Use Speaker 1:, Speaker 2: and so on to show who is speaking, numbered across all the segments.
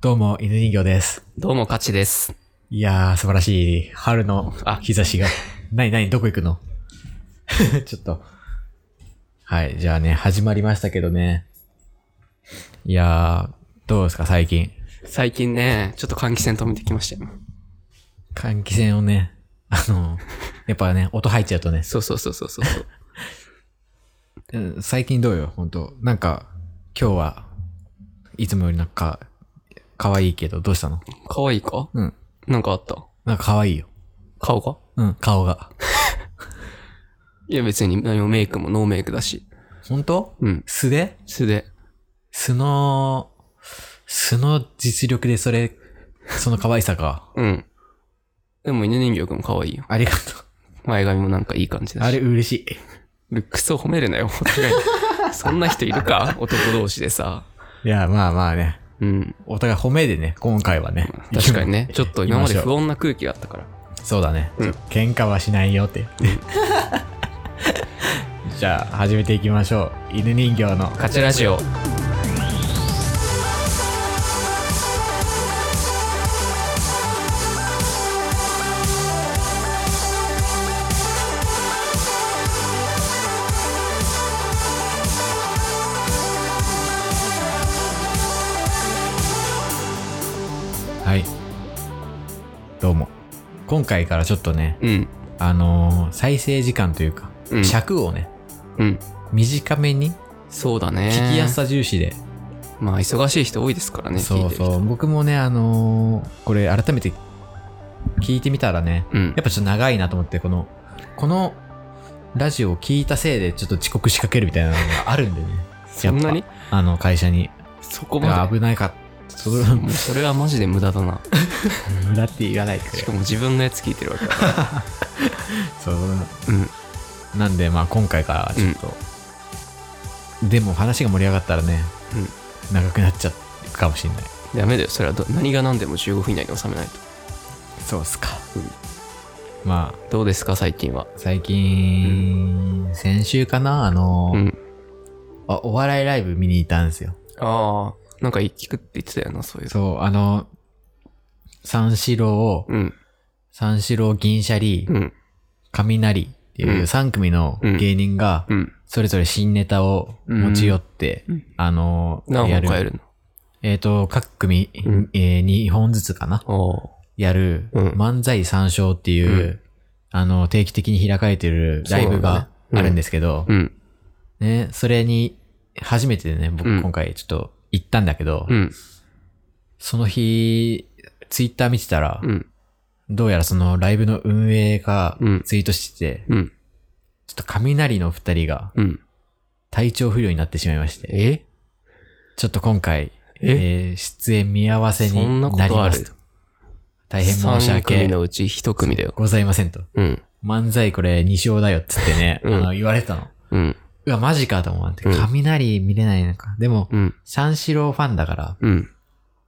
Speaker 1: どうも、犬人形です。
Speaker 2: どうも、カチです。
Speaker 1: いやー、素晴らしい。春の
Speaker 2: あ
Speaker 1: 日差しが。なになに、どこ行くの ちょっと。はい、じゃあね、始まりましたけどね。いやー、どうですか、最近。
Speaker 2: 最近ね、ちょっと換気扇止めてきましたよ。
Speaker 1: 換気扇をね、あの、やっぱね、音入っちゃうとね。
Speaker 2: そうそうそうそうそう。
Speaker 1: うん最近どうよ、ほんと。なんか、今日はいつもよりなんか、可愛いけど、どうしたの
Speaker 2: かわいいか
Speaker 1: うん。
Speaker 2: なんかあった
Speaker 1: なんか可愛いよ。
Speaker 2: 顔が
Speaker 1: うん、顔が。
Speaker 2: いや、別に何もメイクもノーメイクだし。
Speaker 1: ほんと
Speaker 2: うん。
Speaker 1: 素で
Speaker 2: 素で。
Speaker 1: 素の、素の実力でそれ、その可愛さ が。
Speaker 2: うん。でも犬人形くんかわいいよ。
Speaker 1: ありがと
Speaker 2: 前髪もなんかいい感じ
Speaker 1: う。
Speaker 2: だし。
Speaker 1: あれ嬉しい。
Speaker 2: ルックスを褒めるなよ、 お互いにそんな人いるか男同士でさ。
Speaker 1: いや、まあまあね。
Speaker 2: うん。
Speaker 1: お互い褒めでね、今回はね。
Speaker 2: 確かにね。ちょっと今まで
Speaker 1: 行き
Speaker 2: 不
Speaker 1: しょ
Speaker 2: 穏な空気があったから。
Speaker 1: うそうだね、
Speaker 2: うん
Speaker 1: 喧嘩はしないよ って。 じゃあ、始めていきましょう。犬人形の。
Speaker 2: カチラジオ。
Speaker 1: はい。どうも。今回からちょっとね、
Speaker 2: うん。
Speaker 1: あのー再生時間というか、
Speaker 2: うん
Speaker 1: 尺をね、
Speaker 2: うん。
Speaker 1: 短めに、
Speaker 2: そうだね。
Speaker 1: 聞きやすさ重視で
Speaker 2: まあ、忙しい人多いですからね。
Speaker 1: そう
Speaker 2: 聞いてる
Speaker 1: そう僕もねあのーこれ改めて聞いてみたらね
Speaker 2: 人。うん
Speaker 1: やっ。ぱちょっと長いなと思ってこのこのラジオを聞いたせいでちょっと遅刻しかけるみたいなのがあるんでね
Speaker 2: そんなに
Speaker 1: あの会社に
Speaker 2: そこ
Speaker 1: だから
Speaker 2: まで。
Speaker 1: 危ないかそれ
Speaker 2: もうそれはマジで無駄だな。
Speaker 1: 無駄って言わないでくれ
Speaker 2: しかも自分のやつ聞いてるわけだから。
Speaker 1: そう
Speaker 2: うん。
Speaker 1: なんでまあ今回からちょっと、でも話が盛り上がったらね、長くなっちゃうかもしれない
Speaker 2: ダメだよ。それはど何が何でも15分以内に収めないと。
Speaker 1: そうっすか、まあ
Speaker 2: どうですか、最近は。
Speaker 1: 最近、先週かなあの、
Speaker 2: うん。
Speaker 1: あお笑いライブ見に行ったんですよ。
Speaker 2: ああ、なんか聞くって言ってたよな、そういうの。
Speaker 1: そう、あの、三四郎、
Speaker 2: うん。
Speaker 1: 三四郎銀シャリ、
Speaker 2: うん。
Speaker 1: 雷っていううん3組の芸人が、
Speaker 2: うん。
Speaker 1: それぞれ新ネタを持ち寄って、
Speaker 2: うん
Speaker 1: あの、
Speaker 2: 何
Speaker 1: や
Speaker 2: 本
Speaker 1: る。
Speaker 2: 変えるの
Speaker 1: えっ、と、各組、
Speaker 2: うん
Speaker 1: え2本ずつかな、
Speaker 2: お
Speaker 1: やる、
Speaker 2: うん
Speaker 1: 漫才三章っていう、
Speaker 2: うん
Speaker 1: あの、定期的に開かれてるライブがあるんですけど、
Speaker 2: ーうん。
Speaker 1: ね、それに、初めてでね、僕
Speaker 2: うん
Speaker 1: 今回ちょっと行ったんだけど、
Speaker 2: うん。
Speaker 1: その日、ツイッター見てたら、
Speaker 2: うん。
Speaker 1: どうやらそのライブの運営が
Speaker 2: うん
Speaker 1: ツイートしてて、
Speaker 2: うん。
Speaker 1: ちょっと雷の二人が
Speaker 2: うん。
Speaker 1: 体調不良になってしまいまして、
Speaker 2: え
Speaker 1: ちょっと今回、
Speaker 2: え
Speaker 1: えー出演見合わせ
Speaker 2: そ
Speaker 1: に
Speaker 2: んなこ
Speaker 1: なり
Speaker 2: とあ
Speaker 1: ま
Speaker 2: る
Speaker 1: すと。大変申し
Speaker 2: ?3 組
Speaker 1: 訳
Speaker 2: のうち1組だよ。
Speaker 1: ございませんと。
Speaker 2: うん。
Speaker 1: 漫才これ2勝だよっつってね、
Speaker 2: うん
Speaker 1: あの言われたの。
Speaker 2: うん。
Speaker 1: うわ、マジかと思って、
Speaker 2: うん
Speaker 1: 雷見れないのか。でも、
Speaker 2: うん。
Speaker 1: 三四郎ファンだから、
Speaker 2: うん。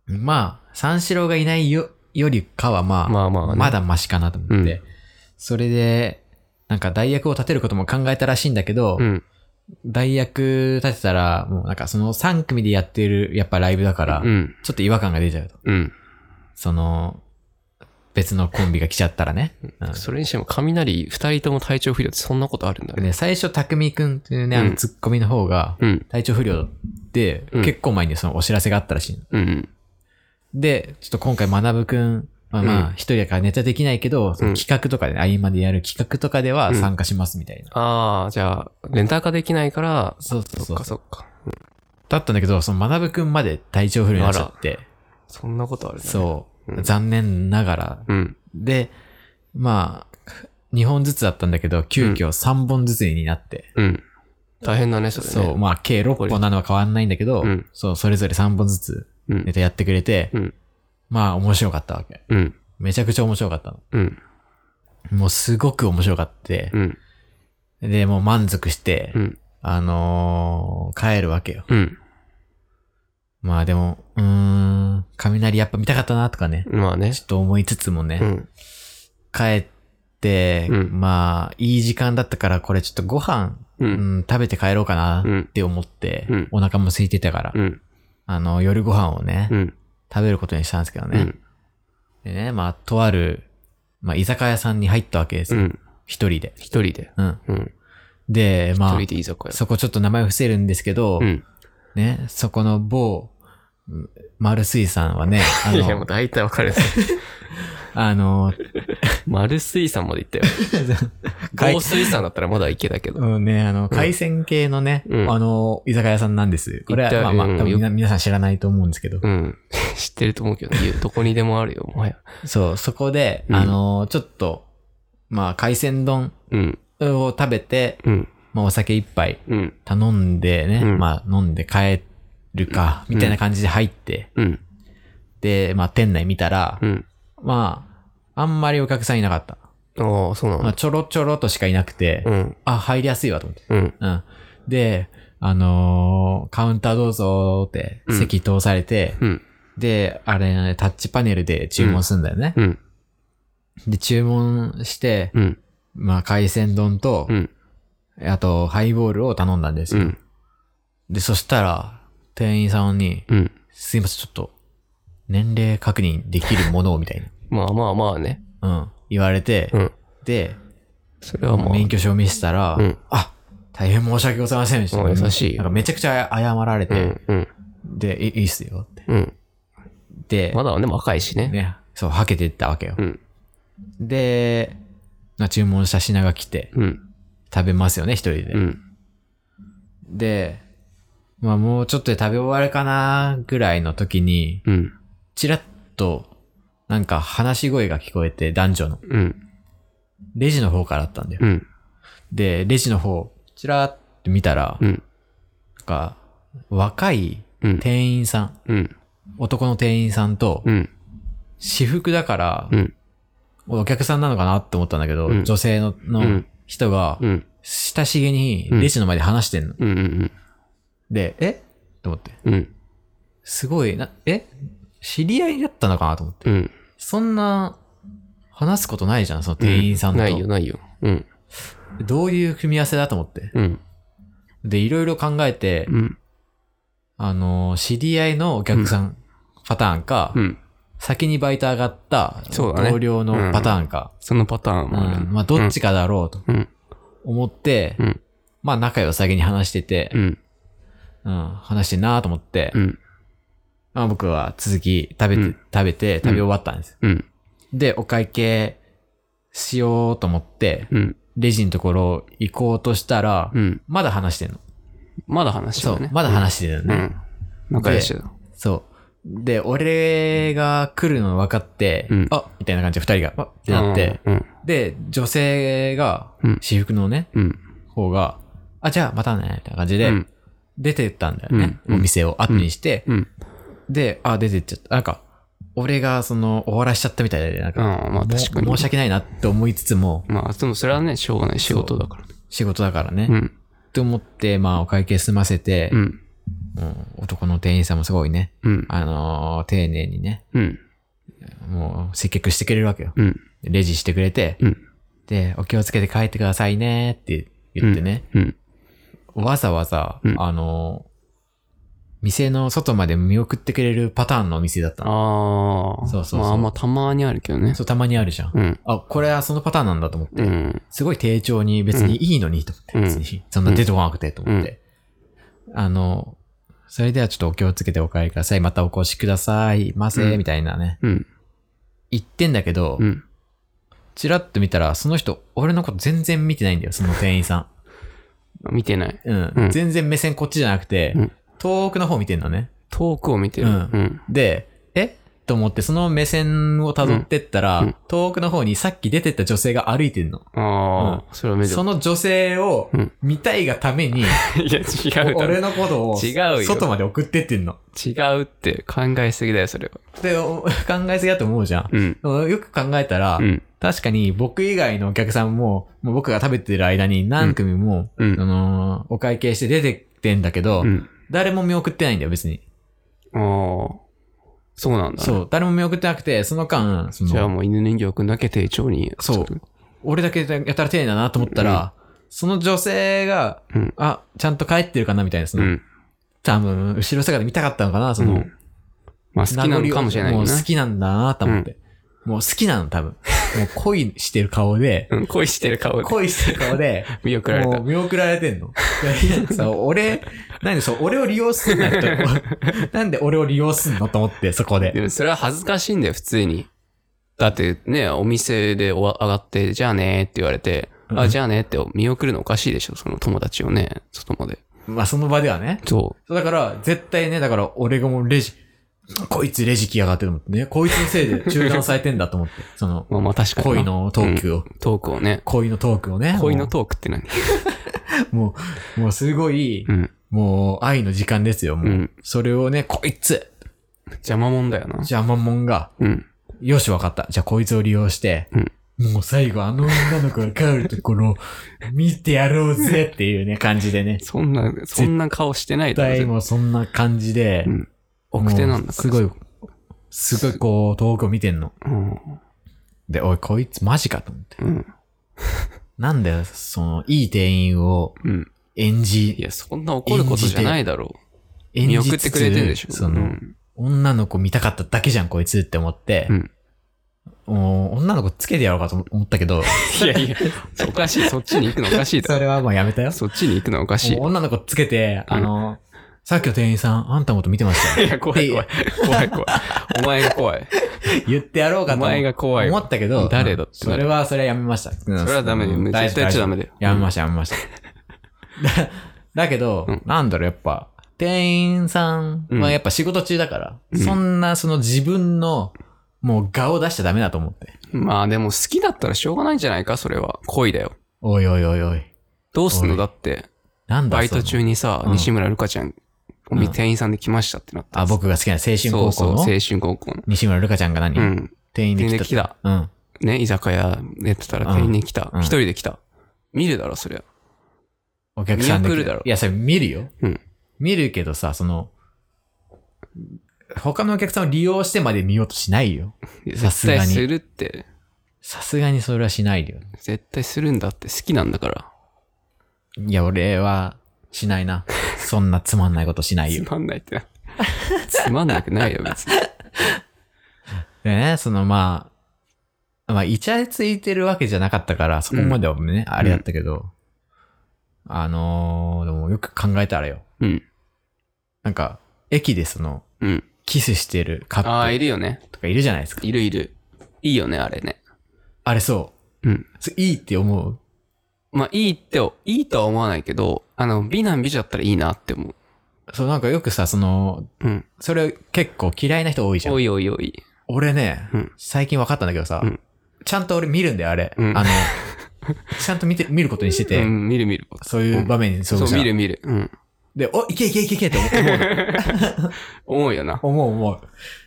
Speaker 1: まあ、三四郎がいないよ、よりかはまあ、
Speaker 2: まあまあね
Speaker 1: まだマシかなと思って、
Speaker 2: うん
Speaker 1: それで、なんか代役を立てることも考えたらしいんだけど、
Speaker 2: うん。
Speaker 1: 代役立てたら、もうなんかその3組でやってる、やっぱライブだから、
Speaker 2: うん。
Speaker 1: ちょっと違和感が出ちゃうと。
Speaker 2: うん。
Speaker 1: その、別のコンビが来ちゃったらね。うん
Speaker 2: それにしても、雷2人とも体調不良ってそんなことあるんだね。
Speaker 1: で最初、匠くんっていうね、あの
Speaker 2: うん
Speaker 1: ツッコミの方が、
Speaker 2: うん。
Speaker 1: 体調不良で、
Speaker 2: うん
Speaker 1: 結構前にそのお知らせがあったらしいの。
Speaker 2: うん。
Speaker 1: で、ちょっと今回、学ぶくん、まあま
Speaker 2: う
Speaker 1: あ
Speaker 2: ん、
Speaker 1: 一人だからネタできないけど、その企画とかで、合間でやる企画とかでは
Speaker 2: うん
Speaker 1: 参加しますみたいな。
Speaker 2: ああ、じゃあ、レンタカーできないから、
Speaker 1: そうそう
Speaker 2: そ
Speaker 1: そ
Speaker 2: っ
Speaker 1: う
Speaker 2: か。そっか。
Speaker 1: だったんだけど、その学ぶくんまで体調不良になっちゃって、
Speaker 2: そんなことあるね。
Speaker 1: そう、
Speaker 2: うん
Speaker 1: 残念ながら。
Speaker 2: う。うん。
Speaker 1: で、まあ、2本ずつだったんだけど、急遽3本ずつになって、
Speaker 2: うん。大変だね、それね。
Speaker 1: そう、まあ、計6本なのは変わんないんだけど、
Speaker 2: うん
Speaker 1: そう、それぞれ3本ずつ
Speaker 2: うん。
Speaker 1: ネタやってくれて、
Speaker 2: うん
Speaker 1: まあ、面白かったわけ。
Speaker 2: うん。
Speaker 1: めちゃくちゃ面白かったの。
Speaker 2: うん。
Speaker 1: もうすごく面白かって、
Speaker 2: うん。
Speaker 1: で、もう満足して、
Speaker 2: うん。
Speaker 1: あのー、帰るわけよ。
Speaker 2: うん。
Speaker 1: まあでも、うーん、雷やっぱ見たかったなとかね、
Speaker 2: まあね
Speaker 1: ち。ょっと思いつつもね、
Speaker 2: うん。
Speaker 1: 帰って、
Speaker 2: うん
Speaker 1: まあ、いい時間だったから、これちょっとご飯、
Speaker 2: う。
Speaker 1: うんん、食べて帰ろうかな
Speaker 2: うん
Speaker 1: って思って、
Speaker 2: うん
Speaker 1: お腹も空いてたから、
Speaker 2: うん。
Speaker 1: あの、夜ご飯をね、
Speaker 2: うん。
Speaker 1: 食べることにしたんですけど
Speaker 2: う
Speaker 1: ね。
Speaker 2: ん。
Speaker 1: でね、まあ、とある、まあ、居酒屋さんに入ったわけです
Speaker 2: う
Speaker 1: よ。
Speaker 2: ん。
Speaker 1: 一人で。
Speaker 2: 一人で。
Speaker 1: うん。
Speaker 2: うん。
Speaker 1: で、ま
Speaker 2: 一
Speaker 1: あ
Speaker 2: 人、で居酒屋。
Speaker 1: そこちょっと名前伏せるんですけど、
Speaker 2: うん。
Speaker 1: ね、そこの某、うん丸水さんはね、あ
Speaker 2: いや、も
Speaker 1: の
Speaker 2: う、大体 わかる。
Speaker 1: あ の、
Speaker 2: 丸水産まで 行ったよ。
Speaker 1: 海
Speaker 2: 豪水産だったらまだ行けたけど。
Speaker 1: うんね、あの、海鮮系のね、
Speaker 2: うん
Speaker 1: あの、居酒屋さんなんです。これは
Speaker 2: 行、った
Speaker 1: まあまあ、
Speaker 2: うん
Speaker 1: 多分みな皆さん知らないと思うんですけど、
Speaker 2: うん。知ってると思うけど、いやどこにでもあるよ、もはや。
Speaker 1: そう、そこで、
Speaker 2: うん
Speaker 1: あの、ちょっと、まあ、海鮮丼
Speaker 2: うん。
Speaker 1: を食べて、
Speaker 2: うん。
Speaker 1: まあ、お酒一杯
Speaker 2: うん。
Speaker 1: 頼んでね、
Speaker 2: うん
Speaker 1: まあ、飲んで帰るか、みたいな感じで入って、
Speaker 2: うん。
Speaker 1: で、まあ、店内見たら、
Speaker 2: うん。
Speaker 1: まあ、あんまりお客さんいなかった。
Speaker 2: ああ、そうな
Speaker 1: まあ、
Speaker 2: の
Speaker 1: ちょろちょろとしかいなくて、
Speaker 2: うん。
Speaker 1: あ、入りやすいわと思って。
Speaker 2: うん。
Speaker 1: うん。で、あのーカウンターどうぞーって
Speaker 2: うん
Speaker 1: 席通されて、
Speaker 2: うん。
Speaker 1: で、あれ、タッチパネルで注文するんだよね。
Speaker 2: うん。
Speaker 1: で、注文して、
Speaker 2: うん。
Speaker 1: まあ、海鮮丼と
Speaker 2: う、ん。
Speaker 1: あと、ハイボールを頼んだんです
Speaker 2: う
Speaker 1: よ。
Speaker 2: ん。
Speaker 1: で、そしたら、店員さんに、
Speaker 2: うん。
Speaker 1: すいません、ちょっと、年齢確認できるものを、みたい
Speaker 2: まあまあまあね。
Speaker 1: な。うん。言われて、
Speaker 2: うん。
Speaker 1: で、
Speaker 2: それはもう。
Speaker 1: 免許証を見せたら、
Speaker 2: うん
Speaker 1: あ、大変申し訳ございませんでした。
Speaker 2: あ優しい
Speaker 1: なんかめちゃくちゃ謝られ
Speaker 2: う
Speaker 1: て、
Speaker 2: ん。うん。
Speaker 1: で、いいいっすよって。
Speaker 2: うん。
Speaker 1: で、
Speaker 2: まだね、若いしね。
Speaker 1: ね、そう、はけていったわけよ
Speaker 2: う。ん。
Speaker 1: で、まあ、注文した品が来て、
Speaker 2: うん。
Speaker 1: 食べますよね、一人で
Speaker 2: う。ん。
Speaker 1: で、まあ、もうちょっとで食べ終わるかな、ぐらいの時に、
Speaker 2: うん。
Speaker 1: ちらっと、なんか話し声が聞こえて、男女の。
Speaker 2: うん。
Speaker 1: レジの方からだったんだよ。
Speaker 2: うん。
Speaker 1: で、レジの方、ちらっと見たら、
Speaker 2: うん。
Speaker 1: なんか、若い
Speaker 2: うん。
Speaker 1: 店員さん、
Speaker 2: うん。
Speaker 1: 男の店員さんと
Speaker 2: う、ん。
Speaker 1: 私服だから
Speaker 2: う、ん。
Speaker 1: お客さんなのかなって思ったんだけど、
Speaker 2: うん
Speaker 1: 女性の
Speaker 2: う
Speaker 1: の
Speaker 2: ん
Speaker 1: 人が、
Speaker 2: うん。
Speaker 1: 親しげに
Speaker 2: うん
Speaker 1: レジの前で話してんの。
Speaker 2: うん。うん。
Speaker 1: で、えと思って。
Speaker 2: うん。
Speaker 1: すごい、な、え知り合いだったのかなと思って。
Speaker 2: うん。
Speaker 1: そんな、話すことないじゃん、その店員さんと。
Speaker 2: ないよ、ないよ。うん。
Speaker 1: どういう組み合わせだと思って。
Speaker 2: うん。
Speaker 1: で、いろいろ考えて、
Speaker 2: うん。
Speaker 1: あのー、知り合いのお客さんパターンか、
Speaker 2: うん。
Speaker 1: 先にバイト上がった
Speaker 2: そうだね
Speaker 1: 同僚のパターンか、
Speaker 2: そのパターン
Speaker 1: う
Speaker 2: もある。
Speaker 1: んまあ、どっちかだろうと
Speaker 2: うん。
Speaker 1: 思って、
Speaker 2: うん。
Speaker 1: まあ、仲良さげに話してて、
Speaker 2: うん。
Speaker 1: うん、話してんなと思って、
Speaker 2: うん。
Speaker 1: まあ、僕は続き食べて、
Speaker 2: うん
Speaker 1: 食べて、食べ終わったんです。
Speaker 2: うん。
Speaker 1: で、お会計しようと思って、
Speaker 2: うん。
Speaker 1: レジのところ行こうとしたら、
Speaker 2: うん。
Speaker 1: まだ話してんの。
Speaker 2: まだ話して
Speaker 1: そ
Speaker 2: る
Speaker 1: う
Speaker 2: ね。、
Speaker 1: まだ話してるよ
Speaker 2: う
Speaker 1: ね、
Speaker 2: ん。仲良しだ。
Speaker 1: そう。で、俺が来るの分かって、
Speaker 2: うん
Speaker 1: あみたいな感じで二人が、あってなって、
Speaker 2: うん。
Speaker 1: で、女性が
Speaker 2: うん、
Speaker 1: 私服のね、
Speaker 2: うん。
Speaker 1: 方が、あ、じゃあまたね、みたいな感じで、
Speaker 2: うん
Speaker 1: 出てったんだよね。
Speaker 2: うん
Speaker 1: お店を後にして、
Speaker 2: うん。
Speaker 1: で、あ、出てっちゃった。なんか、俺がその、終わらしちゃったみたいで、なん
Speaker 2: うん。
Speaker 1: か、
Speaker 2: まあ
Speaker 1: も
Speaker 2: 確かに
Speaker 1: 申し。訳ないなって思いつつも、
Speaker 2: まあでもそれはね、しょうがない仕事だから。
Speaker 1: 仕事だからね、っ
Speaker 2: うん。
Speaker 1: て思って、まあ、お会計済ませて、
Speaker 2: うん。
Speaker 1: うん男の店員さんもすごいね、
Speaker 2: うん。
Speaker 1: あのー丁寧にね、
Speaker 2: うん。
Speaker 1: もう接客してくれるわけよ。
Speaker 2: うん。
Speaker 1: レジしてくれて、
Speaker 2: うん。
Speaker 1: で、お気をつけて帰ってくださいねって言ってね、
Speaker 2: うん。
Speaker 1: わざわざ、
Speaker 2: うん
Speaker 1: あのー店の外まで見送ってくれるパターンのお店だったの。
Speaker 2: ああ。まあまあたまにあるけどね。
Speaker 1: そう、たまにあるじゃん。
Speaker 2: うん。
Speaker 1: あ、これはそのパターンなんだと思って。
Speaker 2: うん。
Speaker 1: すごい丁重に別にいいのにと思って、
Speaker 2: うん
Speaker 1: 別に。そんな出てこなくてと思って。あの、それではちょっとお気をつけてお帰りください。またお越しくださいませ、
Speaker 2: うん
Speaker 1: みたいなね。
Speaker 2: うん。
Speaker 1: 言ってんだけど、
Speaker 2: うん。
Speaker 1: チラッと見たら、その人、俺のこと全然見てないんだよ、その店員さ
Speaker 2: 見てない。
Speaker 1: ん。うん。
Speaker 2: うん
Speaker 1: 全然目線こっちじゃなくて、
Speaker 2: うん
Speaker 1: 遠くの方見てんのね。
Speaker 2: 遠くを見てる。うん。
Speaker 1: で、えと思って、その目線を辿ってったら、
Speaker 2: うんうん
Speaker 1: 遠くの方にさっき出てった女性が歩いてんの。
Speaker 2: ああ。それは目で。
Speaker 1: その女性を
Speaker 2: うん
Speaker 1: 見たいがために、
Speaker 2: いや違うだ
Speaker 1: 俺
Speaker 2: ろ。
Speaker 1: のことを
Speaker 2: 違うよ
Speaker 1: 外まで送ってってんの。
Speaker 2: 違うって考えすぎだよ、それは。
Speaker 1: で、お 考えすぎだと思うじゃん。
Speaker 2: うん。
Speaker 1: でもよく考えたら、
Speaker 2: うん。
Speaker 1: 確かに僕以外のお客さんも、もう僕が食べてる間に何組も、
Speaker 2: うんうん
Speaker 1: あのーお会計して出てってんだけど、
Speaker 2: うん。
Speaker 1: 誰も見送ってないんだよ、別に。
Speaker 2: ああ。そうなんだ。
Speaker 1: そう、誰も見送ってなくて、その間、そ
Speaker 2: じゃあ
Speaker 1: の
Speaker 2: もう犬人形くんだけ丁重に。
Speaker 1: そう俺だけやたら丁寧だなと思ったら、その女性が、
Speaker 2: うん
Speaker 1: あ、ちゃんと帰ってるかなみたいな、そうの、
Speaker 2: ん。
Speaker 1: 多分、後ろ姿見たかったのかな、その、
Speaker 2: うんまあ好きなのかもしれない
Speaker 1: 名残
Speaker 2: よ
Speaker 1: をも
Speaker 2: ね
Speaker 1: う好きなんだなと思って。もう好きなの、多分。もう恋してる顔 で、
Speaker 2: うん、恋してる顔で
Speaker 1: 恋してる顔で、
Speaker 2: 見送られ
Speaker 1: もう
Speaker 2: た。
Speaker 1: 見送られてんの。いやいやさ、俺、何でそう、俺を利用すんなって。 なんで俺を利用すんのと思って、そこ
Speaker 2: で
Speaker 1: で。
Speaker 2: もそれは恥ずかしいんだよ、普通に。だってね、お店でおわ上がって、じゃあねーって言われて、
Speaker 1: うん
Speaker 2: あ、じゃあねーって見送るのおかしいでしょ、その友達をね、外まで。
Speaker 1: まあ、その場ではね。
Speaker 2: そ
Speaker 1: そうだから、絶対ね、だから俺がもうレジ、こいつレジ来やがってと思ってね。こいつのせいで中断されてんだと思って。その、
Speaker 2: う。まあまあ確かにな。
Speaker 1: 恋のトークを、
Speaker 2: トークをね。
Speaker 1: 恋のトークをね。
Speaker 2: 恋のトークって何
Speaker 1: もう、もうすごい、
Speaker 2: うん。
Speaker 1: もう愛の時間ですよ、もう。
Speaker 2: うん
Speaker 1: それをね、こいつ
Speaker 2: 邪魔もんだよな。
Speaker 1: 邪魔もんが、
Speaker 2: うん。
Speaker 1: よしわかった。じゃあこいつを利用して、もう最後あの女の子が帰るところ、見てやろうぜっていうね、感じでね。
Speaker 2: そんな、そんな顔してない
Speaker 1: 絶対もうそんな感じで、
Speaker 2: うん奥手なんだから。
Speaker 1: すごい、すごいこう、遠くを見てんの。
Speaker 2: うん。
Speaker 1: で、おい、こいつマジかと思って。
Speaker 2: うん。
Speaker 1: なんだよ、その、いい店員を
Speaker 2: うん。
Speaker 1: 演
Speaker 2: い
Speaker 1: じ、
Speaker 2: や、そんな怒ることじゃないだろう。
Speaker 1: 演
Speaker 2: 見
Speaker 1: じつつ
Speaker 2: 送ってくれてんでしょ。
Speaker 1: その、
Speaker 2: うん
Speaker 1: 女の子見たかっただけじゃん、こいつって思って、
Speaker 2: うん
Speaker 1: もう女の子つけてやろうかと思ったけど、
Speaker 2: いやいや、おかしい。そっちに行くのおかしいだ
Speaker 1: それはもうやめたよ
Speaker 2: ろ。。そっちに行くのおかしい
Speaker 1: もう。女の子つけて、あの、さっきの店員さん、あんたのこと見てました
Speaker 2: い
Speaker 1: よ
Speaker 2: や、怖い怖い。怖い怖い。お前が怖い。
Speaker 1: 言ってやろうかと
Speaker 2: お前が怖いわ
Speaker 1: 思ったけど、
Speaker 2: 誰だって
Speaker 1: それは、それはやめました。そ
Speaker 2: それはダメだよ絶対やっちゃダメだよ
Speaker 1: やめました、やめま した。だだけど、
Speaker 2: うん
Speaker 1: なんだろう、やっぱ、店員さんはやっぱ仕事中だから、そんなその自分の、もう顔出しちゃダメだと思って。
Speaker 2: まあでも好きだったらしょうがないんじゃないか、それは。恋だよ。
Speaker 1: おいおいおいおい。
Speaker 2: どうすん
Speaker 1: お
Speaker 2: の
Speaker 1: い
Speaker 2: だって、
Speaker 1: なんだ
Speaker 2: バイ
Speaker 1: そ
Speaker 2: ト
Speaker 1: の
Speaker 2: 中にさ、
Speaker 1: うん
Speaker 2: 西村るかちゃん、お
Speaker 1: う
Speaker 2: 店
Speaker 1: ん
Speaker 2: 店員さんで来ましたってなった。
Speaker 1: あ、僕が好きな青春
Speaker 2: そ
Speaker 1: 高
Speaker 2: う
Speaker 1: 校
Speaker 2: そう、青
Speaker 1: の
Speaker 2: 春高校の。
Speaker 1: 西村るかちゃんが何、
Speaker 2: うん。
Speaker 1: 店員で来た。
Speaker 2: 店員で来た
Speaker 1: うん。
Speaker 2: ね、居酒屋やってたら店員に来た。
Speaker 1: うん
Speaker 2: 一人で来た。見るだろ、そりゃ。
Speaker 1: お客さんで来
Speaker 2: 見送るだろ
Speaker 1: いや、それ見るよ。
Speaker 2: うん
Speaker 1: 見るけどさ、その、他のお客さんを利用してまで見ようとしないよ。さ
Speaker 2: 絶
Speaker 1: すが
Speaker 2: 対
Speaker 1: に
Speaker 2: するって。
Speaker 1: さすがにそれはしないよ。
Speaker 2: 絶対するんだって好きなんだから。
Speaker 1: いや、俺は、しない な。そんなつまんないことしない
Speaker 2: つ
Speaker 1: よ。
Speaker 2: まんないってな。つまんなくないよ、別に。
Speaker 1: でね、そのまあ、まあ、イチャついてるわけじゃなかったから、そこまではね、あれだったけど、あのー、でもよく考えたらよ。
Speaker 2: うん。
Speaker 1: なんか、駅でその、
Speaker 2: うん。
Speaker 1: キスしてるカ
Speaker 2: ああ、
Speaker 1: ップル
Speaker 2: いるよね。
Speaker 1: とかいるじゃないですか。
Speaker 2: いるいる。いいよね、あれね。
Speaker 1: あれそう。
Speaker 2: うん。
Speaker 1: それいいって思う
Speaker 2: まあ、いいって、いいとは思わないけど、あの、美男美女だったらいいなって思う。
Speaker 1: そう、なんかよくさ、その、
Speaker 2: うん。
Speaker 1: それ結構嫌いな人多いじゃ
Speaker 2: お
Speaker 1: ん。
Speaker 2: いおいおい。
Speaker 1: 俺ね、
Speaker 2: うん
Speaker 1: 最近分かったんだけどさ、
Speaker 2: うん
Speaker 1: ちゃんと俺見るんだよ、あれ。
Speaker 2: うん
Speaker 1: あの、ちゃんと見て、見ることにしてて、
Speaker 2: うん、見る見る。
Speaker 1: そういう場面に遭
Speaker 2: そ
Speaker 1: 遇し
Speaker 2: う、
Speaker 1: たら
Speaker 2: 見る見る。うん。
Speaker 1: で、お、いけいけいけいけって思って思うの。
Speaker 2: 思うよな。
Speaker 1: 思う思う。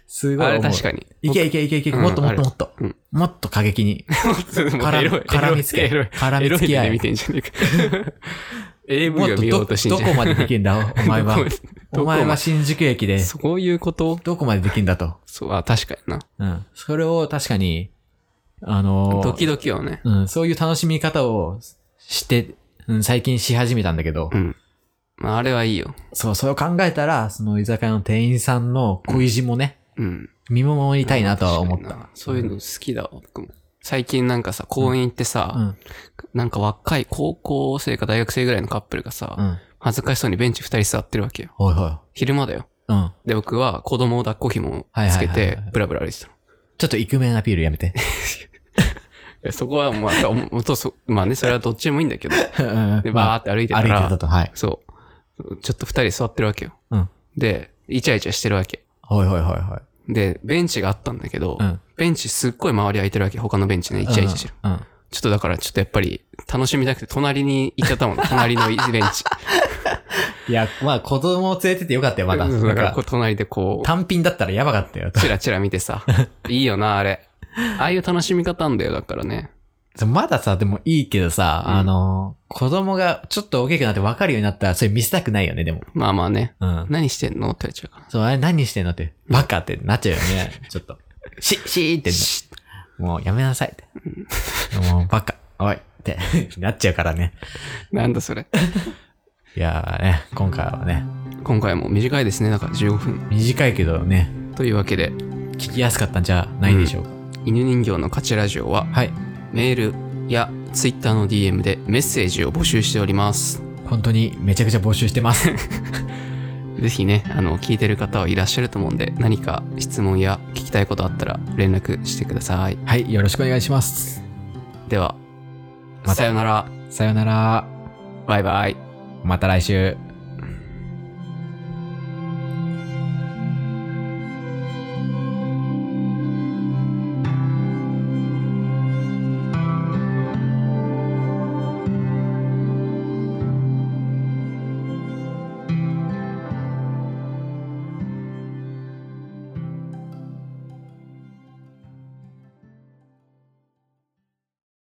Speaker 1: すごい
Speaker 2: あ
Speaker 1: 思
Speaker 2: れ
Speaker 1: う。
Speaker 2: 確かに。
Speaker 1: いけいけいけいけ、
Speaker 2: うん
Speaker 1: もっともっともっと。
Speaker 2: うん
Speaker 1: もっと過激に。
Speaker 2: 僕もうエ
Speaker 1: 絡
Speaker 2: ロ
Speaker 1: み
Speaker 2: い
Speaker 1: 絡みつけ。
Speaker 2: エロい
Speaker 1: 絡
Speaker 2: エ
Speaker 1: み
Speaker 2: ロ
Speaker 1: つ
Speaker 2: い
Speaker 1: け合
Speaker 2: 目
Speaker 1: い
Speaker 2: 見。てんじ ゃねえか。
Speaker 1: も
Speaker 2: AV
Speaker 1: っ
Speaker 2: を
Speaker 1: と
Speaker 2: 見よ
Speaker 1: ど
Speaker 2: うと
Speaker 1: こ
Speaker 2: してん
Speaker 1: ど
Speaker 2: じゃね
Speaker 1: こまでできるんだ、おお前は
Speaker 2: どこ。
Speaker 1: お前は新宿駅で
Speaker 2: え。、そういうこと
Speaker 1: どこまでできるんだと。
Speaker 2: そう、あ、確かにな。
Speaker 1: うん。それを確かに、あのー
Speaker 2: ドキドキをね。
Speaker 1: うん、そういう楽しみ方をして、うん、最近し始めたんだけど、
Speaker 2: うん。まあ、あれはいいよ。
Speaker 1: そう、それを考えたら、その居酒屋の店員さんの恋路もね、
Speaker 2: うん。
Speaker 1: 見守りたいなとは思っ
Speaker 2: 確かに
Speaker 1: た
Speaker 2: な。そういうの好きだわ、僕も。最近なんかさ、公園行ってさ、
Speaker 1: うん、
Speaker 2: なんか若い高校生か大学生ぐらいのカップルがさ、
Speaker 1: うん。
Speaker 2: 恥ずかしそうにベンチ二人座ってるわけよ。
Speaker 1: おいおい。
Speaker 2: 昼間だよ。
Speaker 1: うん。
Speaker 2: で、僕は子供を抱っこ紐をつけ
Speaker 1: はいはいはい
Speaker 2: て
Speaker 1: はい、
Speaker 2: ブラブラ歩いてたの。
Speaker 1: ちょっとイクメンアピールやめて。
Speaker 2: いやそこは、まあ、おおとそ まあね、それはどっちでもいいんだけど、 で、バー
Speaker 1: ま
Speaker 2: って歩いて
Speaker 1: あ、
Speaker 2: た
Speaker 1: 歩いて
Speaker 2: ら、
Speaker 1: たと、はい。
Speaker 2: そう。ちょっと二人座ってるわけよ。
Speaker 1: うん。
Speaker 2: で、イチャイチャしてるわけ。
Speaker 1: はいはいはいはい。
Speaker 2: で、ベンチがあったんだけど、
Speaker 1: うん
Speaker 2: ベンチすっごい周り空いてるわけ。他のベンチね、イチャイチャしてる。
Speaker 1: うん。うん。
Speaker 2: ちょっとだから、ちょっとやっぱり、楽しみたくて、隣に行っちゃったもん。 隣のベンチ。
Speaker 1: いや、まあ、子供を連れててよかったよ、まだ。
Speaker 2: うん
Speaker 1: だ
Speaker 2: だ
Speaker 1: か
Speaker 2: からら、こう隣でこう、
Speaker 1: 単品だったらやばかったよ。
Speaker 2: チラチラ見 てさ。いいよな、あれ。ああいう楽しみ方なんだよ、だからね。
Speaker 1: まださ、でもいいけどさ、
Speaker 2: うん
Speaker 1: あの、子供がちょっと大きくなって分かるようになったら、それ見せたくないよね、でも。
Speaker 2: まあまあね。
Speaker 1: うん。
Speaker 2: 何してんのって言っちゃうか
Speaker 1: そう、あれ何してんのって、バカってなっちゃうよ ね。ちょっと。し、しーって
Speaker 2: ら。
Speaker 1: な
Speaker 2: し
Speaker 1: もうやめなさいって。もうバカ、おいって なっちゃうからね。
Speaker 2: なんだそれ。
Speaker 1: いやーね、今回はね、
Speaker 2: 今回も短いですね、だから15分。
Speaker 1: 短いけどね、
Speaker 2: というわけで、
Speaker 1: 聞きやすかったんじゃないでしょうか。
Speaker 2: 犬人形の価値ラジオは、
Speaker 1: はい。
Speaker 2: メールや Twitter の DM でメッセージを募集しております。
Speaker 1: 本当にめちゃくちゃ募集して ます。
Speaker 2: ぜひね、あの、聞いてる方はいらっしゃると思うんで、何か質問や聞きたいことあったら連絡してください。
Speaker 1: はい。よろしくお願いします。
Speaker 2: では、
Speaker 1: また
Speaker 2: さよなら。
Speaker 1: さよなら。
Speaker 2: バイバイ。
Speaker 1: また来週。